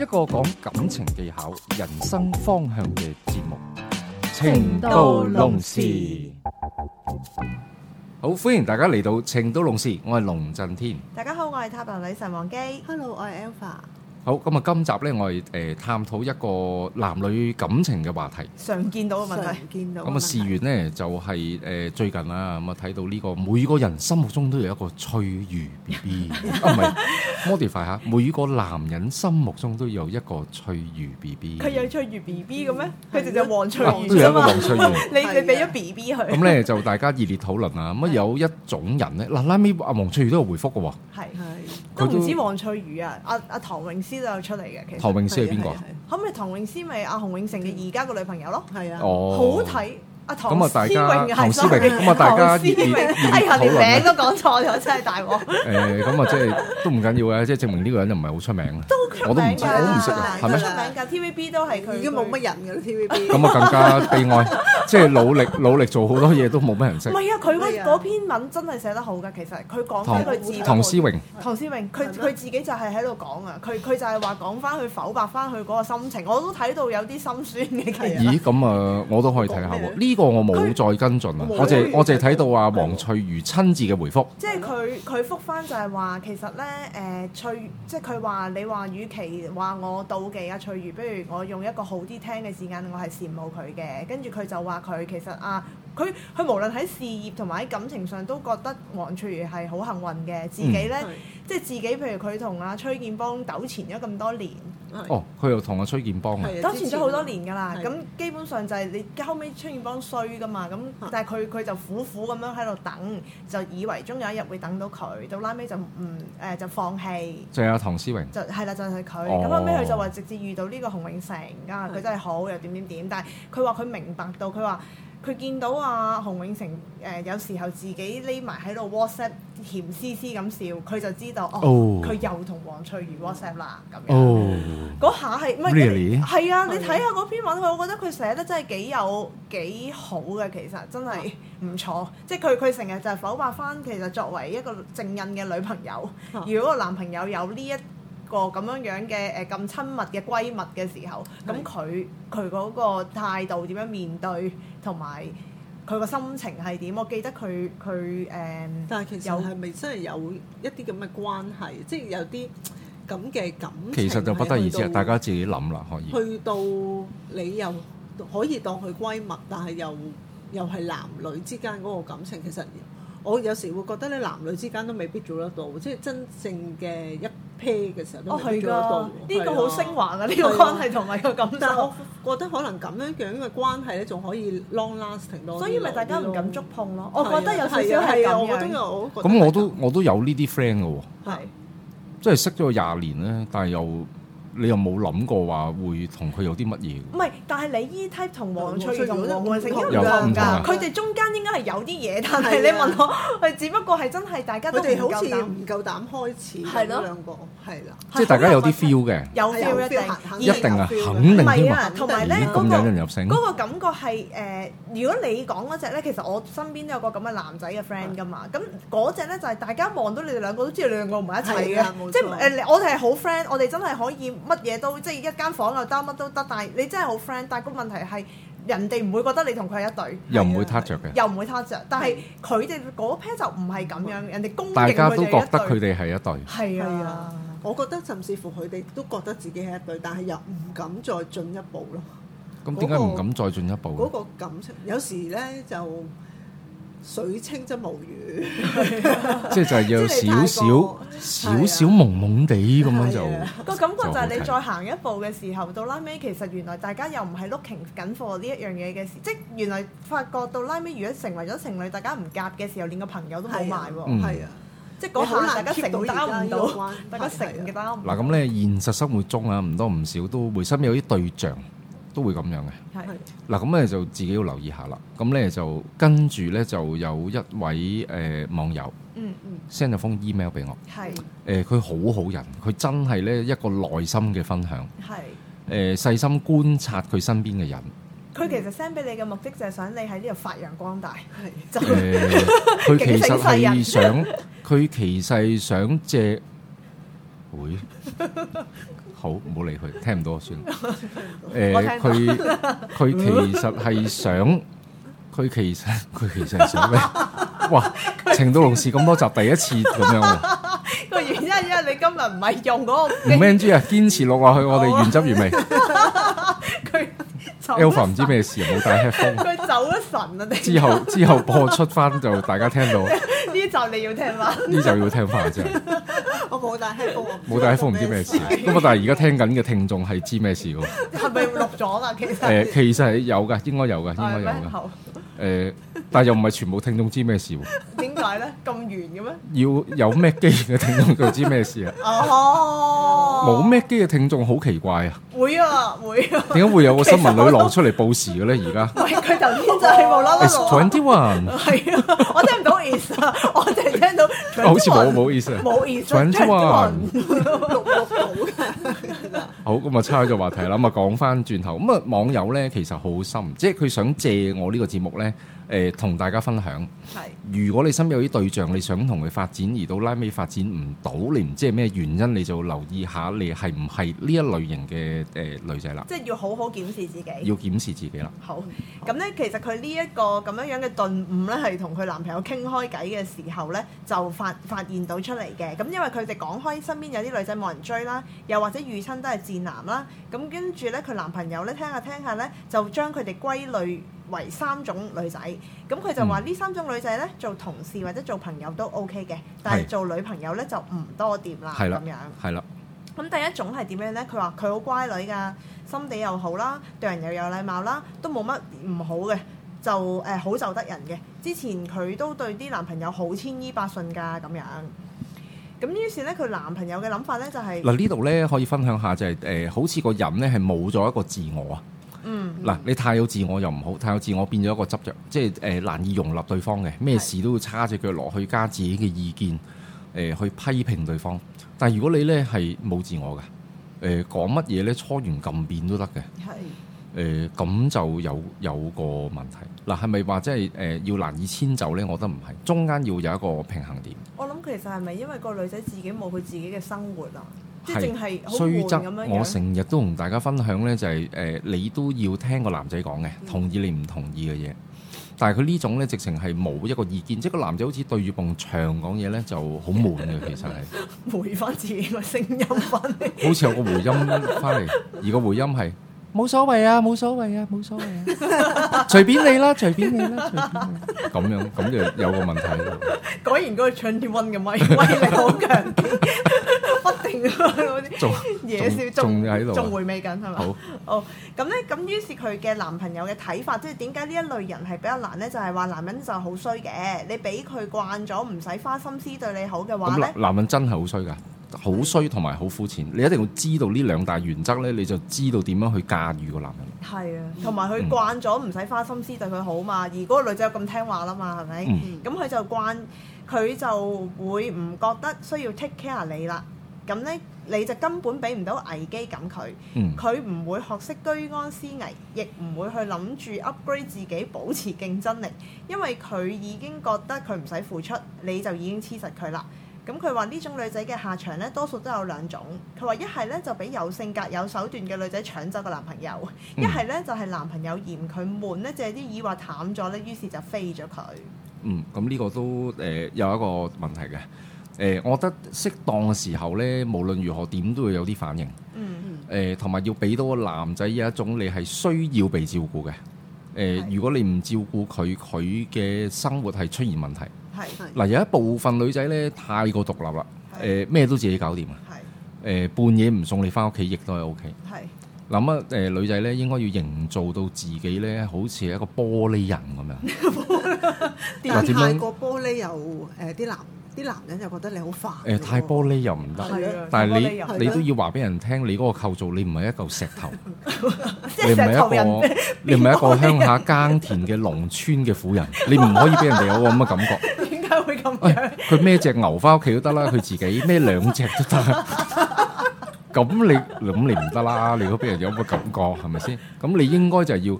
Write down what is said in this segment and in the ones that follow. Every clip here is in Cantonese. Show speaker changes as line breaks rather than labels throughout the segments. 一個講感情技巧、人生方向嘅節目《
情到濃時》。
好，歡迎大家嚟到《情到濃時》，我係龍震天。
大家好，我係塔羅女神王姬。
Hello，我係 Alpha。
好，咁啊，今集呢，我哋誒、呃探討一個男女感情嘅話題。
常見到嘅問題，
常見到
咁啊，事緣呢，就係、呃最近啦，咁啊睇到呢、個每個人心目中都有一個翠如 B B，啊唔係 modify 下，每個男人心目中都有一個翠如 B B。
佢有翠如 B B 嘅咩？
係
佢就就黃翠
啊
如
都有
啫
一個
嘛。
黃翠如。
你
係
你俾
啊
咗 B B 佢，
咁咧就大家熱烈討論啊！咁啊有一種人咧，嗱拉尾阿黃翠如都有回覆嘅喎，
係
係
都
佢
唔止黃翠如啊，阿阿唐詠詩都有出嚟嘅。其
唐
實，
詠詩係邊個
係
啊？
咁咪唐詠詩咪阿洪永城嘅而家個女朋友咯，
係啊，
哦
好，睇。阿唐
咁啊大
詩
家
詠
唐詩
係
詠
sorry，
咁啊大家
唐詩
熱烈
詠
熱烈
哎呀，連
討論啊
名都講錯咗，真係大鑊。
誒咁啊，即係都唔緊要嘅，即係證明呢個人就唔係好出名。啊
都出名㗎
我都唔知我都唔識啊係咩
都出名㗎，TVB 都係佢。
已經冇乜人㗎啦，TVB。
咁啊更加悲哀，即係努力努力做好多嘢都冇乜人識
唔。係啊，佢嗰
係啊
嗰篇文真係寫得好㗎。其實佢講翻佢自己
唐唐詩詠，
唐詩詠，佢
係咩
佢自己就係喺度講啊，佢佢就係話講翻佢剖白翻佢嗰個心情，我都睇到有啲心酸嘅。其實
咦咁啊，我都可以睇下
講咩
喎。
咧
呢個我冇再跟進啊，
佢
我淨我淨係睇到阿黃翠如親自嘅回覆。
即係佢佢覆翻就係話，其實咧誒、呃翠，即係佢話你話，與其話我妒忌啊翠如，不如我用一個好啲聽嘅字眼，我係羨慕佢嘅。跟住佢就話佢其實啊，佢佢無論喺事業同埋喺感情上都覺得黃翠如係好幸運嘅，自己咧、
嗯
即係自己譬如佢同阿崔建邦糾纏咗咁多年，
哦，佢又同阿崔建邦啊，
糾纏咗好多年㗎啦。
係
咁基本上就係你後尾崔建邦衰㗎嘛，咁
啊
但係佢佢就苦苦咁樣喺度等，就以為終有一日會等到佢，到拉尾就唔誒就放棄。
就係阿唐詩詠。
就係啦，就係佢。
哦
咁後尾佢就話直至遇到呢個洪永城啊，佢真係好又點點點。但係佢話佢明白到，佢話佢見到啊洪永城誒、有時候自己匿埋喺度 WhatsApp 甜絲絲咁笑，佢就知道哦，
哦
佢、又同黃翠如 WhatsApp 啦咁樣。
哦。
嗰下係唔係
Really？
係啊！你
係啊
睇下嗰篇文，佢我覺得佢寫得真係幾有幾好嘅，其實真係唔錯。即係佢佢成日就係否白翻，其實作為一個正印嘅女朋友，
啊
如果個男朋友有呢一個咁樣樣嘅誒咁親密嘅閨蜜嘅時候，咁
係
佢佢嗰個態度點樣面對，同埋佢個心情係點？我記得佢佢誒
但係其實係咪真係有一啲咁嘅關係？即係有啲咁嘅感情。
其實就不得而知啊，大家自己諗啦，可以。
去到你又可以當佢閨蜜，但係又又係男女之間嗰個感情，其實我有時會覺得咧，男女之間都未必做得到，即係真正嘅一 pair 嘅時候都
哦
未
係
必做得到。
㗎，呢個好
係啊
升華㗎，呢
係
個
啊
關係同埋個感
但
受
係。我覺得可能咁樣樣嘅關係咧，仲可以 long lasting 多啲咯。
所以咪大家唔敢觸碰咯。我覺得有少少
係啊
係
係啊，
咁
我覺得
樣，
有，我覺得
咁我都我都有呢啲 friend 嘅喎，
係
即係識咗佢廿年咧，但係又你又冇諗過話會同佢有啲乜嘢。
唔係？但係你依 type 同黃翠如同黃冠成
又
應該
又
唔
唔
同
同啊
㗎，佢哋中間應該係有啲嘢，但
係啊
係你問我，佢只不過係真係大家都
佢
唔
哋
夠
好似
膽，
唔夠膽開始，
係咯
兩個係啦，
即係大家有啲 feel 嘅，
啊有
係有
feel 一
feel，肯
定，
一定啊，
有 feel 嘅
肯定添
唔係
啊！
啊，同埋咧
咦，咁
嗰
引人
個。
入勝，啊
嗰個感覺係誒、呃如果你講嗰只咧，其實我身邊都有個咁嘅男仔嘅 friend 噶
啊
嘛。咁嗰只咧就係、大家望到你哋兩個都知道你兩個唔係一齊
係啊
嘅，
冇錯
即係誒、我哋係好 friend，我哋真係可以乜嘢都即係一間房又得，乜都得。但係你真係好 friend，但係個問題係人哋唔會覺得你同佢係一對。
又唔會撻着嘅，
又唔會他着，但係佢哋嗰 pair 就唔係咁樣，人哋公
嗯
認
大家都覺得
係一
佢
對
哋係一對。
係
係
啊
啊。我覺得甚至乎佢哋都覺得自己係一對，但係又唔敢再進一步咯。
咁點解唔敢再進一步
嗰
咧？
個感情有時咧就水清則無 魚，
即係就係有少少少少朦朦地咁樣
係啊
就
個感覺就係
就好睇
你再行一步嘅時候，到拉尾其實原來大家又唔係 looking 緊貨呢一樣嘢嘅事，即係原來發覺到拉尾，如果成為咗情侶，大家唔夾嘅時候，連個朋友都冇埋
嗯
喎，
係啊，
即係嗰下大家承擔唔到，
到
大家承
嘅。
擔唔到
嗱咁咧。現實生活中啊，唔多唔少都會身邊有啲對象。都會咁樣嘅。
係
嗱，咁咧就自己要留意下啦。咁咧就跟住咧就有一位誒、呃、網友
嗯嗯
send 咗封 email 俾我，
係
誒呃佢好好人，佢真係咧一個內心嘅分享，誒、呃
係。
細心觀察佢身邊嘅人，
佢其實 send 俾你嘅目的就係想你喺呢度發揚光大，
係
就
誒、呃 佢其實係
警醒世
想，佢 其實係想借，會、 好唔好理佢，聽唔到就算啦。誒、
我聽到
佢佢其實係想，佢其實 佢其實係想咩？哇！程度龍是咁多集，第一次咁樣喎，
個原因係因為你今日唔係用嗰個
唔 man 豬啊！堅持錄落去，我哋原汁原味。
佢走咗
Alpha 唔
神
知咩事，冇戴 headphone。
佢走咗神啊！你
之後之後播出翻就大家聽 到，呢
呢集你要聽啦，
就要聽翻啫。
我冇戴 headphone，我
冇戴 headphone 唔知咩事，咁啊！但係而家聽緊嘅聽眾係知咩事喎？
係咪錄咗啦？其實
誒，其實係哦有㗎，應該有㗎，應該
係
有
咩？
㗎。
好
誒，但係又唔係全部聽眾知咩事
點解咧？咁圓嘅咩？
喎，要有 Mac 機嘅聽眾就知咩事 啊。
哦，
冇 Mac 機嘅聽眾好奇怪啊！
會啊會啊！
點解會有個新聞女郎出嚟報時嘅咧？而 家
喂，佢頭先就係無啦啦
It's
攞，
twenty one，
係啊！我聽唔到 is 啊，我淨係聽到
好似冇冇意思啊。
冇 is 啊
21
21
錄錄到嘅，
好，咁啊，差咗話題啦。咁啊，講翻轉頭，咁啊，網友咧其實好心，即係佢想借我呢個節目咧，誒、同大家分享。
係
如果你身邊有啲對象，你想同佢發展，而到拉尾發展唔到，你唔知係咩原因，你就留意下你係唔係呢一類型嘅誒、呃女仔啦，
即係要好好檢視自己。
要檢視自己啦。
好，咁咧其實佢呢一個咁樣樣嘅頓悟咧，係同佢男朋友傾開偈嘅時候咧，就發發現到出嚟嘅。咁因為佢哋講開身邊有啲女仔冇人追啦，又或者遇親都係賤男啦。咁跟住咧，佢男朋友咧聽下聽下咧，就將佢哋歸類為三種女仔。咁佢就
嗯
話呢三種女仔咧，做同事或者做朋友都 OK 嘅，但係
係
做女朋友咧就唔多掂啦
係
咁
啦
樣。
係啦，
咁第一種係點樣呢？佢話佢好乖女㗎，心地又好啦，對人又有禮貌啦，都冇乜唔好嘅，就誒、呃好就得人嘅。之前佢都對啲男朋友好千依百順㗎咁樣。咁於是呢，佢男朋友嘅諗法呢，就係、
嗱呢度咧可以分享下就係、誒、好似個人咧係冇咗一個自我啊。
嗯
嗱，你太有自我又唔好，太有自我變咗一個執着，即係誒、呃、難以容納對方嘅，咩事都要叉只腳落去加自己嘅意見，誒、呃去批評對方。但係如果你咧係冇自我嘅，誒呃講乜嘢咧搓完撳變都得嘅，誒、呃
係
咁就有有個問題。嗱，係咪話即係誒要難以遷就咧？我覺得唔係，中間要有一個平衡點。
我諗其實係咪因為個女仔自己冇佢自己嘅生活啊？即係
係
淨係好
雖
悶
則
咁樣
我
樣。
成日都同大家分享呢，就係、呃你都要聽個男仔講嘅，
嗯
同意你唔同意嘅嘢。但係佢呢種呢，直情係冇一個意見，即係個男仔好似對住埲牆講嘢呢，就好悶 嘅。其實係，
回翻自己個聲音翻嚟，
好似有個回音翻嚟，而個回音係冇所謂啊，冇所謂啊，冇所謂 啊，隨便你啦，隨便你啦，隨便你啦咁樣咁就有個問題喺度。
果然嗰個 twenty one 嘅咪威力好強勁， 不停嗰啲。
仲
嘢笑
仲
仲
仲喺度啊
仲回味緊係嘛？
好
哦，咁咧，咁於是佢嘅男朋友嘅睇法，即係點解呢一類人係比較難咧？就係、話男人就好衰嘅，你俾佢慣咗，唔使花心思對你好嘅話
咁
咧
男，男人真係好衰㗎，好衰同埋好膚淺。你一定要知道呢兩大原則呢，你就知道點樣去駕馭個男人。
係啊，同埋佢慣咗唔使花心思對佢好嘛，而嗰個女仔又咁聽話啦嘛，係咪？
嗯
咁佢就慣，佢就會唔覺得需要 take care 你啦。咁咧，你就根本俾唔到危機感佢。
嗯，
佢唔會學識居安思危，亦唔會去諗住 upgrade 自己，保持競爭力，因為佢已經覺得佢唔使付出，你就已經黐實佢啦。咁佢話呢種女仔嘅下場呢，多數都有兩種。佢話一係呢，就俾有性格、有手段嘅女仔搶走個男朋友，
嗯
一係呢，就係男朋友嫌佢悶呢借啲耳話淡咗呢，於是就飛咗佢。
嗯，咁呢個都誒、呃有一個問題嘅。誒、我覺得適當嘅時候呢，無論如何點都會有啲反應。
嗯，
誒、同埋要俾到個男仔有一種你係需要被照顧嘅。誒、呃
係
如果你唔照顧佢，佢嘅生活係出現問題。
係
嗱、有一部分女仔呢，太過獨立啦，誒、
係
咩都自己搞掂啊。誒、
係
半夜唔送你翻屋企，亦都係 O K。
係
諗啊，誒、女仔咧應該要營造到自己咧，好似係一個 玻璃人咁樣。
但
點樣
係太過玻璃又誒啲男啲男人又覺得你好煩
誒
喎。
呃
哦
太玻璃又唔得，
係啊
但係
太玻璃
又
你你
係咯
都要話俾人聽，你嗰個構造你唔係一嚿石頭，
即
你
係
唔係
石頭
一
人
個你唔係一個鄉下耕田嘅農村嘅婦人，你唔可以俾人哋有個咁嘅感 覺。
點解會咁
哎
樣？
佢孭只牛翻屋企都得啦，佢自己孭兩隻都 得。咁你咁你唔得啦，你都俾人有乜感覺係咪先？咁你應該就係要，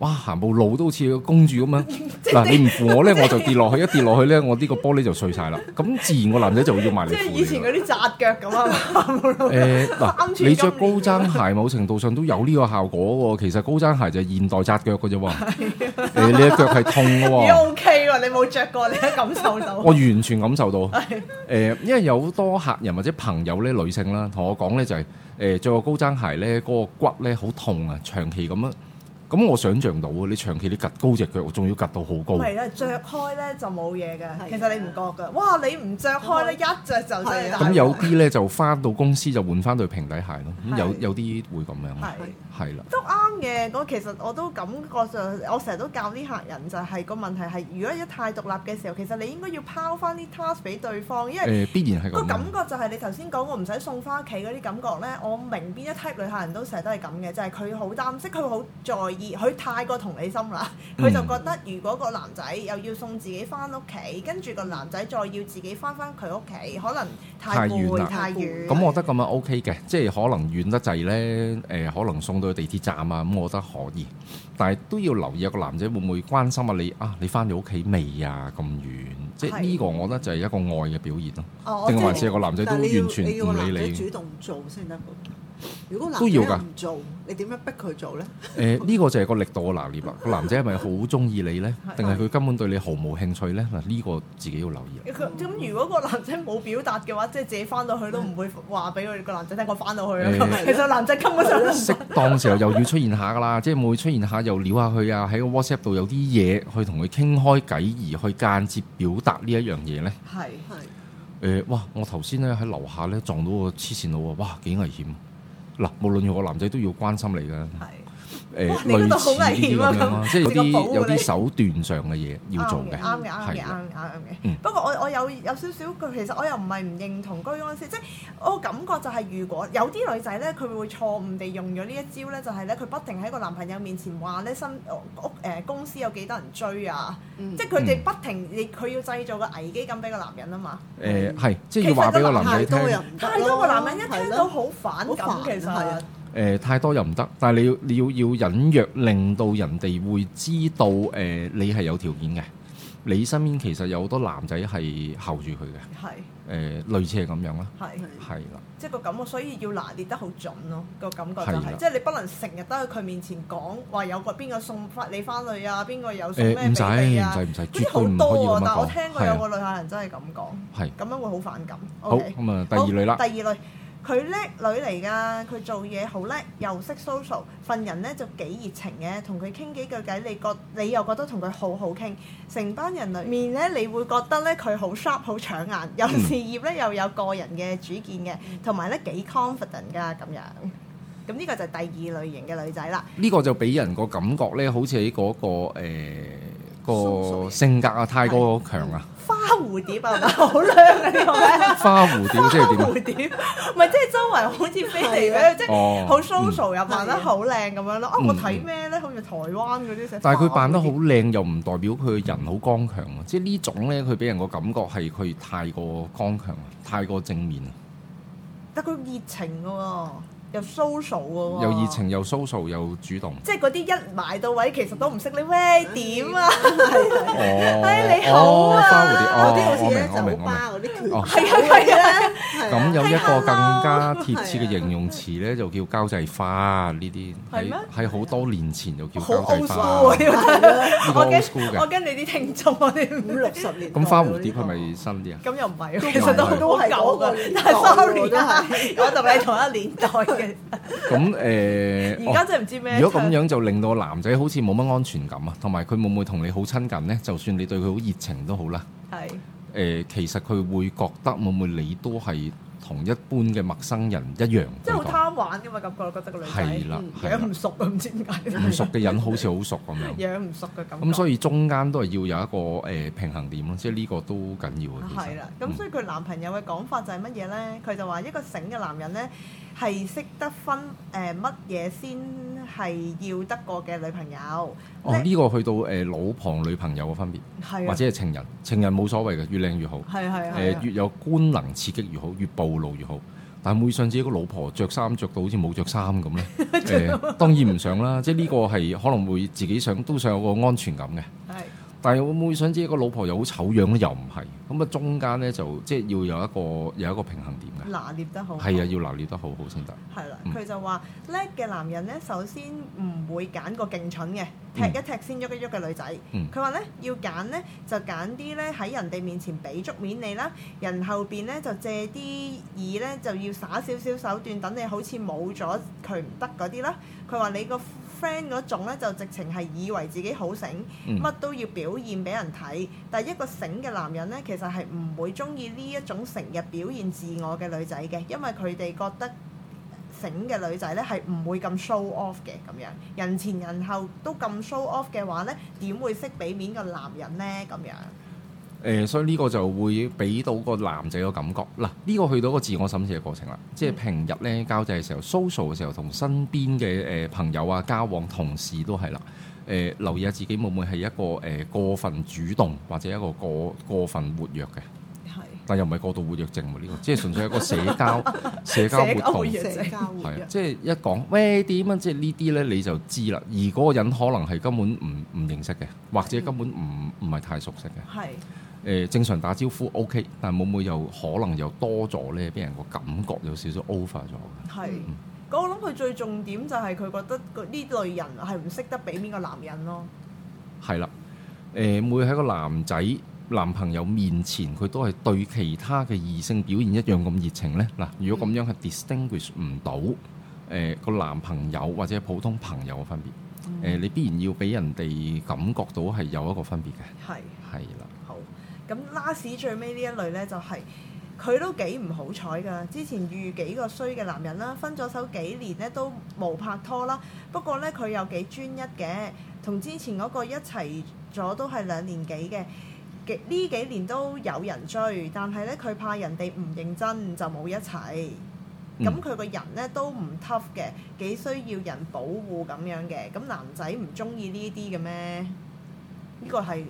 哇行步路都好似個公主咁樣。 嗱，你唔扶我咧，我就跌落去，一跌落去咧，我呢個玻璃就碎晒啦。咁自然個男仔就會要埋
即
你
係
扶
以
你
前
啦
嗰。啲扎腳咁啊！
誒
啱
嗱，
穿
你着
今
高
年
踭鞋某程度上都有呢個效果喎。其實高踭鞋就係現代紮腳嘅啫喎。誒，你嘅腳係痛嘅
已經
喎。
OK 喎，你冇着過，你都感受到。
我完全感受到。誒、因為有好多客人或者朋友咧，女性啦，同我講咧就係、誒、着個高踭鞋咧，嗰、個骨咧好痛啊，長期咁樣。咁我想像到啊，你長期你趌高只腳，仲要趌到好高。
係啦，啊着開咧就冇嘢嘅，
係
其實你唔覺㗎。哇，你唔着開咧，一着就真係
係
大
啊
鑊
咁有啲咧就翻到公司就換翻對平底鞋咯。咁有
係
有啲會咁樣，
係
係啦。
都啱嘅。我其實我都感覺上，我成日都教啲客人就係個問題係，如果一太獨立嘅時候，其實你應該要拋翻啲 task 俾對方，因
誒、
為。
必然係
個
咁
感
樣。
覺就係你頭先講我唔使送翻屋企嗰啲感覺呢。我明邊一 type 旅客人都成日都係咁嘅，就係佢好擔心，佢好在意，佢太過同理心 啦，
嗯
佢就覺得如果個男仔又要送自己翻屋企，跟住個男仔再要自己翻翻佢屋企，可能
太
太
遠啦
攰太遠。
咁我覺得咁樣 OK 嘅，即係可能遠得滯呢，誒、可能送到去地鐵站啊，咁我覺得可以，但係都要留意有個男仔會唔會關心啊你啊，你翻咗屋企未啊？咁遠，即係
係
呢個我覺得就係一個愛嘅表現咯，
哦，我
定
知
係還是有個男仔都
但係你要
完全
你要
唔
個
理
男仔
你？
主動做先得喎。如果男
都
仔
要㗎
唔做，你點樣逼佢做咧？
誒呢個就係個力度嘅拿捏啦，啊個男仔係咪好中意你呢？定係佢根本對你毫無興趣呢？嗱，呢個自己要留意啦。
佢咁如果個男仔冇表達嘅話，即係自己翻到去都唔會話俾佢個男仔聽我翻到去啦。
誒
其實男仔根本上都唔
適當時候又要出現下噶啦，即係 每出現下又撩下佢啊，喺個 WhatsApp 度有啲嘢去同佢傾開偈，而去間接表達呢一樣嘢呢。
係
係
誒、哇！我頭先咧喺樓下咧撞到個黐線佬啊，哇幾危險！嗱，無論如何，男仔都要關心你 㗎。
係
誒、
哇你
類
嗰度好
似呢啲
危險啊
咁樣啦，即係有
你個保
啲
哦護
有啲
你
手段上嘅嘢要做嘅，
啱嘅，啱嘅，啱嘅，
係啦
啱嘅啱
嗯
嘅。不過我我有有少少，其實我又唔係唔認同居安思，即係我感覺就係如果有啲女仔咧，佢會錯誤地用咗呢一招咧，就係咧佢不停喺個男朋友面前話咧新哦屋屋誒公司有幾多人追啊，
嗯
即係佢哋不停你佢要製造個危機感俾個男人啊嘛。
誒呃係、即係
其
要
實
話俾個
個
男仔
太
聽
多。又唔得咯
太多個男人一聽到好啊反
好
感，
煩
其
係啊
實
誒、呃太多又唔得，但係你要你要要隱約令到人哋會知道誒、你係有條件嘅，你身邊其實有好多男仔係候住佢嘅，誒、呃
係
類似係咁樣啦，
係。
係
係啦，
即係個感覺，所以要拿捏得好準咯。個感覺就
係
係、
啦
即係你不能成日都喺佢面前講話有個邊個送翻你翻去啊，邊個有送咩
誒呃唔使
俾你
唔
啊
使，唔使，
嗰啲
絕對唔
好
可以咁
多啊
樣。
但我
講，
聽過
係
有個
啊，
旅客人真係咁講，
係
咁樣會好反感。
好
OK
咁啊，第二類啦
好，第二類，佢叻女嚟㗎，佢做嘢好叻，又識 social，份人咧就幾熱情嘅，同佢傾幾句偈，你覺你又覺得同佢好好傾，成班人裏面咧，你會覺得咧佢好 sharp，好搶
嗯
眼，有事業咧又有個人嘅主見嘅，同埋咧幾 confident 㗎咁樣。咁呢個就係第二類型嘅女仔啦，
呢個就俾人個感覺咧，好似喺嗰個誒、
鬆
個
鬆
性格啊，太過強 啊，
花蝴蝶啊，係咪好靚啊呢個咩？
花蝴蝶即係點啊？
蝴蝶，唔係即係周圍好似飛嚟嘅，即
哦
係好 social 又扮得
啊係啊
好靚咁樣咯。啊，
嗯
我睇咩咧？好似台灣嗰啲寫花嗰啲，
但係佢扮得好靚，又唔代表佢個人好剛強啊！即係呢種咧，佢俾人個感覺係佢太過剛強啊，太過正面啊，
但佢熱情嘅喎，又 social 嘅喎，
又熱。情又 social 又主 動。
即係嗰啲一埋到位，其實都唔識你喂點啊！
哦，
哎你好
哦
啊
花蝴蝶，
嗰啲好
哦，我
似咧
明我
酒
明我明。
吧嗰啲拳
哦
係啊係啊，
係啊
咁有一個更加貼切
係
嘅
啊
形容詞咧，就叫交際花呢啲，
係咩
喺喺好多年前就叫
好
交
old
際
school
花，
啊
呢個
我
old school
驚我
嘅。
驚你啲聽眾我哋
五
唔
六十年代
咁花蝴蝶係
嗰啲
咪新啲啊？
咁又唔係喎，
都
其實都
都
都
係嗰
舊
個
嘅
年，
但
代
係 sorry
都
啊，
係
我同你同一年代嘅，
咁誒，
而
哦
家真係唔知咩。
如果咁，樣就令到個男仔好似冇乜安全感啊，同埋佢會唔會同你好親近呢？就算你對佢好熱情都好啦，
係
誒、其實佢會覺得會唔會你都係同一般嘅陌生人一樣
即係好
對待，
貪玩嘅嘛感覺，覺得個女仔
係啦
嗯
係
養
啦
唔熟啊，唔知點解
唔熟嘅人好似好熟咁樣。
養唔熟嘅感覺。
咁所以中間都係要有一個誒、呃平衡點咯，即係呢個都緊要嘅。其實
啊
嗯
係啦，咁所以佢男朋友嘅講法就係乜嘢呢？佢就話一個醒嘅男人呢，係識得分誒乜嘢先係要得過嘅女朋友，
哦，呢、個去到誒、呃老婆女朋友嘅分別，
係
或
啊，
者係情人，情人冇所謂嘅，越靚越好，誒、
係啊係啊係啊
越有官能刺激越好，越暴露越好。但係每上自己個老婆着衫着到好似冇着衫咁 咧，誒、當然唔想啦，即係呢個係可能會自己想都想有個安全感嘅。
係
但係會唔會想自己個老婆又好醜樣咧？又唔係咁啊，中間咧就即係要有一個有一個平衡點嘅，
拿捏得好。
係啊，要拿捏得好好先得。
係啦，
嗯
佢就話叻嘅男人呢，首先唔會揀個勁蠢嘅，踢
嗯
一踢先喐一喐嘅女仔
嗯。
佢話呢，要揀呢，就揀啲呢喺人哋面前俾足面你啦，人後邊呢，就借啲意呢，就要耍少少手段，等你好似冇咗佢唔得嗰啲啦。佢話你個 friend 嗰種呢，就直情係以為自己好醒，
嗯
乜都要表現俾人睇。但係一個醒嘅男人呢，其實係唔會中意呢一種成日表現自我嘅女仔嘅，因為佢哋覺得醒嘅女仔呢係唔會咁 show off 嘅咁樣，人前人後都咁 show off 嘅話呢，點會識俾面個男人呢？咁樣
誒、呃所以呢個就會俾到個男仔嘅感覺。嗱，呢、個去到個自我審視嘅過程啦，
嗯
即係平日咧交際嘅時候，social 嘅時候，同身邊嘅誒、朋友啊、交往、同事都係啦。誒、留意下自己會唔會係一個誒、呃過分主動或者一個過過分活躍嘅，
係
但又唔係過度活躍症喎。呢、個即係純粹係一個社 交社交
社
活
交活
動
躍。
社交活
係啊
躍，
即係一講喂點啊，即係呢啲咧你就知啦。而嗰個人可能係根本唔唔認識嘅，或者根本唔唔係太熟悉嘅。
係
誒、呃正常打招呼 OK，但會唔會又可能又多咗咧？俾人個感覺有少少 over 咗嘅。
係。我諗佢最重點就係佢覺得個呢類人係唔識得俾面個男人咯，
係啦，誒、會喺個男仔男朋友面前，佢都係對其他嘅異性表現一樣咁熱情呢。嗱，如果咁樣係 distinguish 唔到誒個男朋友或者普通朋友嘅分別，誒、呃你必然要俾人哋感覺到係有一個分別嘅。
係。
係啦，
好，咁 last 最尾呢一類呢，就係、佢都幾唔好彩㗎，之前遇幾個衰嘅男人啦，分咗手幾年呢都冇拍拖啦。不過呢，佢又幾專一嘅，同之前嗰個一齊咗都係兩年幾嘅。幾呢幾年都有人追，但係呢，佢怕人哋唔認真就冇一齊。
嗯
咁佢個人呢都唔 tough 嘅，幾需要人保護咁樣嘅。咁男仔唔中意呢啲嘅咩？呢個係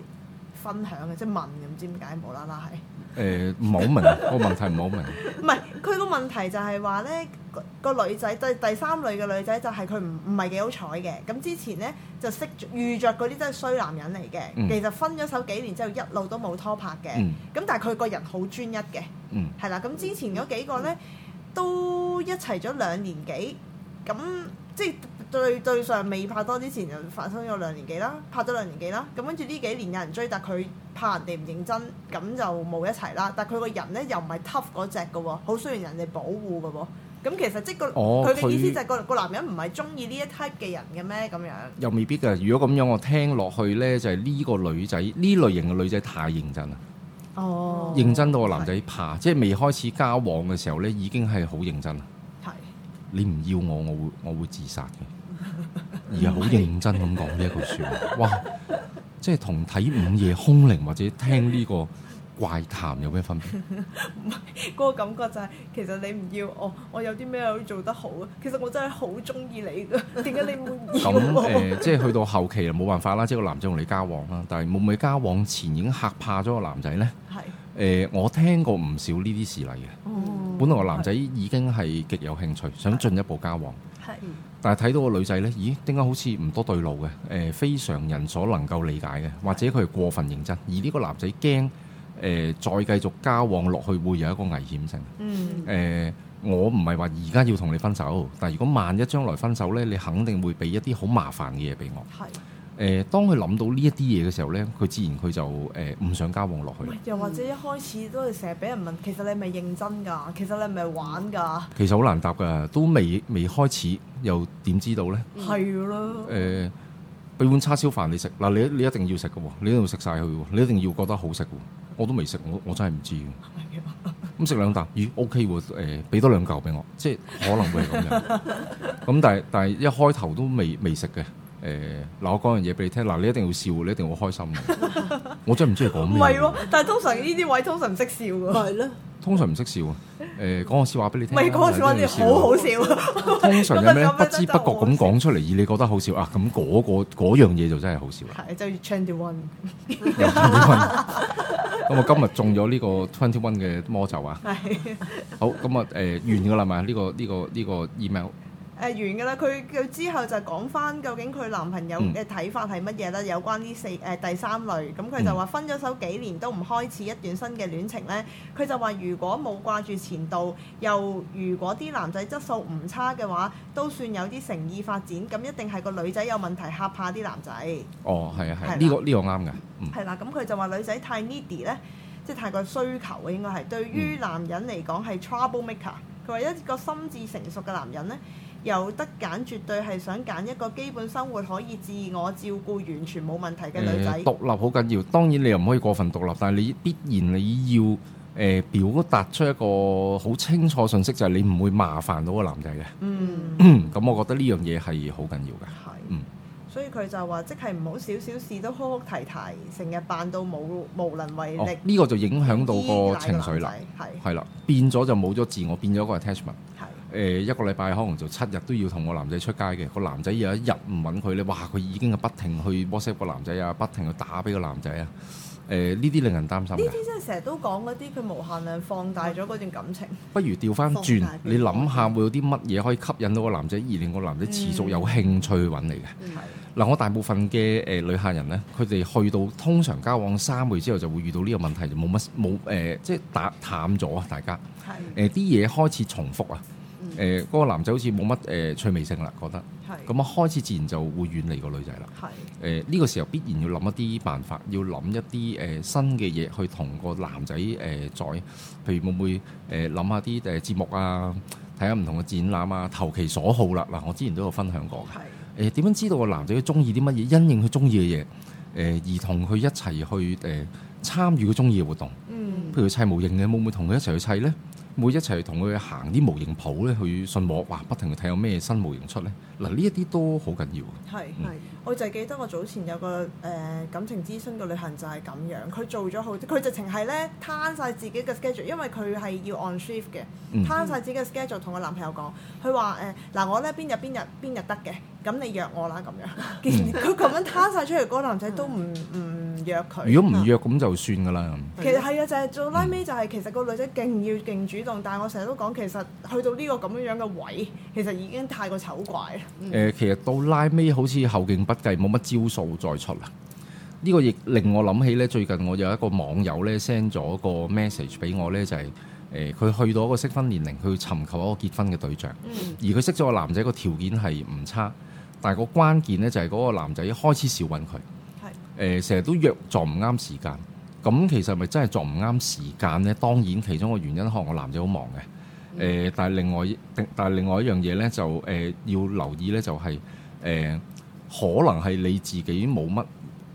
分享嘅，即係問嘅，唔知點解無啦啦係。
誒呃唔好明個問題，唔好明。
唔係佢個問題就係話咧，個個女仔第第三類嘅女仔就係佢唔唔係幾好彩嘅。咁之前咧就識遇着嗰啲真係衰男人嚟嘅，
嗯
其實分咗手幾年之後一路都冇拖拍嘅。咁、
嗯
但係佢個人好專一嘅，
嗯。
係啦。咁之前嗰幾個咧都一齊咗兩年幾，咁即係對對上未拍拖之前就發生咗兩年幾啦，拍咗兩年幾啦。咁跟住呢幾年有人追，但佢怕人哋唔認真，咁就冇一齊啦。但佢個人咧又唔係 tough 嗰只嘅喎，好需要人哋保護嘅喎。咁其實即係個
哦
佢嘅意思
佢
就係個個男人唔係中意呢一 type 嘅人嘅咩咁樣？
又未必嘅。如果咁樣，我聽落去呢，就係、呢個女仔呢類型嘅女仔太認真啦，
Ờ.
哦
認真到個男仔怕，即係未開始交往嘅時候呢，已經係好認真啦。
係
你唔要我，我會我會自殺嘅，而係好認真咁講呢一句説話。哇！即係同睇午夜凶鈴或者聽呢個怪談有咩分別？
嗰個感覺就係、其實你唔要我，我有啲咩可以做得好啊？其實我真係好中意你嘅，點解你唔要
咁
我？
誒、即係去到後期就啊冇辦法啦，即係個男仔同你交往啦，但係會唔會交往前已經嚇怕咗個男仔呢？
係
誒、我聽過唔少呢啲事例嘅。
哦
本來個男仔已經係極有興趣，想進一步交往，
係
但係睇到個女仔呢，咦？點解好似唔多對路嘅？誒、非常人所能夠理解嘅，或者佢係過分認真，而呢個男仔驚誒再繼續交往落去會有一個危險性。誒、呃
嗯
我唔係話而家要同你分手，但係如果萬一將來分手呢，你肯定會俾一啲好麻煩嘅嘢俾我。
係。
誒、當佢諗到呢一啲嘢嘅時候呢，佢自然佢就誒呃唔、想交往落去啦。
又或者一開始都係成日俾人問，其實你係咪認真㗎？其實你係咪玩㗎？
其實好難答㗎，都未未開始，又點知道呢？
係咯
誒、，呃俾碗叉燒飯你食，嗱你你一定要食 嘅喎，你一定要食晒佢喎，你一定要覺得好食喎，我都未食，我我真係唔知喎。咁食兩啖，咦 OK 喎，誒俾多兩嚿俾我，即係可能會係咁樣。 咁但係但係一開頭都未未食嘅，誒、呃嗱我講樣嘢俾你聽，嗱你一定要笑，你一定要開心嘅。 我真係唔知你講
唔
咩。
係喎，但係通常呢啲位通常唔識笑嘅喎，
咪咯，
通常唔識笑啊。誒講個笑話俾你
唔
聽啦，
係嗰個笑話
你一
真
定要
係好好笑，
啊
啊
通常有咩
咁樣
不知不覺咁講出嚟，而你覺得好笑啊？咁嗰、個嗰樣嘢就真係好笑啦。
係就 Twenty One
又21咁我今日中咗呢個 Twenty One 嘅魔咒啊！
係。
好，咁啊誒完㗎啦嘛？呢、個呢、個呢、個 email
誒、完㗎啦，佢佢之後就講翻究竟佢男朋友
嗯
嘅睇法係乜嘢啦，有關呢四誒、第三類，咁佢就話分咗手幾年都唔開始一段新嘅戀情呢。佢就話如果冇掛住前度，又如果啲男仔質素唔差嘅話，都算有啲誠意發展，咁一定係個女仔有問題嚇怕啲男仔，
哦，係啊
係啦
係，呢、個呢、個啱㗎，嗯
係啦，咁佢就話女仔太 needy 呢，即係太過需求嘅應該係，對於
嗯
男人嚟講係 trouble maker。佢話一個心智成熟嘅男人呢，有得揀，絕對係想揀一個基本生活可以自我照顧、完全冇問題嘅女仔
誒。獨立好緊要，當然你又唔可以過分獨立，但係你必然你要誒、表達出一個好清楚信息，就係、你唔會麻煩到個男仔嘅。
嗯，
嗯咁我覺得呢樣嘢係好緊要㗎。
係。
嗯
所以佢就話，即係唔好少少事都哭哭啼啼，成日扮到冇無能為
哦
力，，
呢、個就影響到
依賴
個情緒啦，
男仔。係
係啦，變咗就冇咗自我，變咗個 attachment。誒、
係。
呃一個禮拜可能就七日都要同個男仔出街嘅，個男仔有一日唔揾佢咧，哇！佢已經係不停去 WhatsApp 個男仔啊，不停去打俾個男仔啊。誒呢啲令人擔心
呢
嘅，
啲真係成日都講嗰啲，佢無限量放大咗嗰段感情。
不如調翻
放
轉
大，俾
你諗下會有啲乜嘢可以吸引到個男仔，而令個男仔持續有興趣去揾你嘅。
嗯
嗱，我大部分嘅誒、呃女客人呢，佢哋去到通常交往三個月之後就會遇到呢個問題，就冇乜冇誒，即係淡淡咗啊！大家誒
係
啲嘢開始重複啊，誒、嗰、個男仔好似冇乜誒趣味性啦，覺得
係。
咁啊開始自然就會遠離個女仔啦。
係。
誒、呢、個時候必然要諗一啲辦法，要諗一啲誒、呃新嘅嘢去同個男仔誒再，譬如會唔會誒諗下啲誒節目啊，睇下唔同嘅展覽啊，投其所好啦。嗱，我之前都有分享過嘅。
係。
誒點樣知道個男仔佢中意啲乜嘢？因應佢中意嘅嘢，誒、而同佢一齊去誒、參與佢中意嘅活動。
嗯。
譬如砌模型嘅，會唔會同佢一齊去砌呢？會唔會一齊同佢行啲模型鋪咧，去信和，哇！不停去睇有咩新模型出呢。嗱，呢一啲都好緊要。
係。
係
我就係記得我早前有個誒、呃感情諮詢嘅旅行就係咁樣，佢做咗好，佢直情係咧攤晒自己嘅 schedule，因為佢係要 on shift 嘅，
嗯
攤晒自己嘅 schedule 同我男朋友講，佢話誒嗱我咧邊日邊日邊日得嘅，咁你約我啦咁樣，
嗯
見 佢咁樣攤晒出嚟，嗰個男仔都唔唔約佢。啊
如果唔約咁就算㗎啦。
其實係啊，就係、做拉尾就係、其實個女仔勁要勁主動，但係我成日都講，其實去到呢個咁樣樣嘅位，其實已經太過醜怪啦。
誒、呃其實到拉尾好似後勁不繼，冇乜招數再出啦。呢、個亦令我諗起咧，最近我有一個網友咧 send 咗個 message 俾我咧，就係、誒佢、去到一個適婚年齡，佢尋求一個結婚嘅對象，而佢識咗個男仔個條件係唔差，但係個關鍵咧就係嗰個男仔開始少揾佢。誒成日都約撞唔啱時間，咁其實咪真係撞唔啱時間呢？當然其中個原因可能我男仔好忙嘅，誒、呃但係另外一但係另外一樣嘢呢，就誒、要留意呢，就係、誒、呃可能係你自己冇乜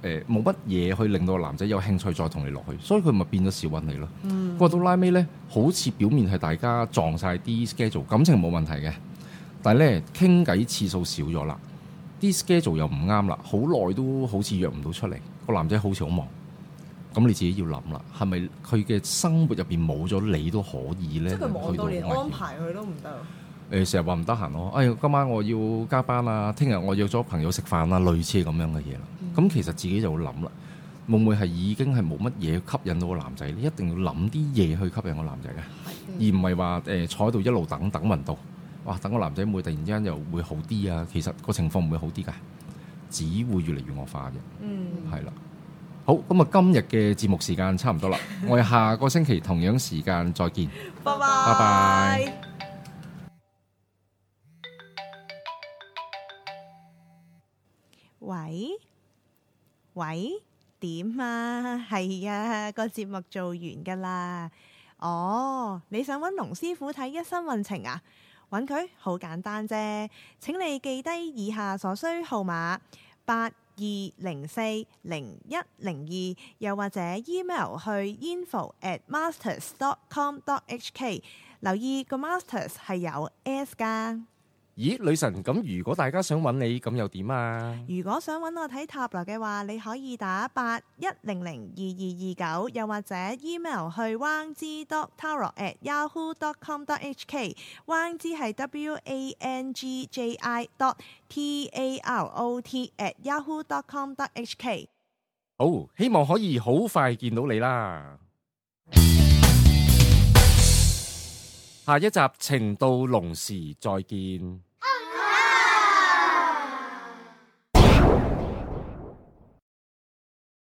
誒冇乜嘢去令到個男仔有興趣再同你落去，所以佢咪變咗少揾你咯。
嗯
過到拉尾呢，好似表面係大家撞晒啲 schedule，感情冇問題嘅，但係呢，傾偈次數少咗啦。啲 schedule 又唔啱啦，好耐都好似約唔到出嚟，個男仔好似好忙。咁你自己要諗啦，係咪佢嘅生活入邊冇咗你都可以呢？
即係佢忙到
去
連
好危險
安排佢都唔得。
誒成日話唔得閒咯，哎呀今晚我要加班啊，聽日我約咗朋友食飯啊，類似咁樣嘅嘢啦。咁、其實自己就會諗啦，會唔會係已經係冇乜嘢吸引到個男仔？你一定要諗啲嘢去吸引個男仔嘅，而唔係話誒坐喺度一路等等運到，哇等個男仔會突然之間又會好啲啊！其實個情況唔會好啲㗎，只會越嚟越惡化嘅，
嗯，
係啦。好，咁啊，今日嘅節目時間差唔多啦，我哋下個星期同樣時間再見。
拜
拜
拜。喂喂，點啊？ 係啊，個節目做完噶啦。哦，你想揾龍師傅睇一生運程啊？揾佢好簡單啫，請你記低以下所需號碼。八二零四零一零二，又或者 email 去 info at masters dot com dot hk。留意個 masters 係有 s 㗎。
咦，女神，咁如果大家想揾你，咁又點啊？
如果想揾我睇塔羅嘅話，你可以打八一零零二二二九，又或者 email 去 wang z dot tarot at yahoo dot com dot hk。wang z 係 w a n g j i dot t a r o t at yahoo dot com dot hk。
好，希望可以好快見到你啦。下一集情到濃時再見。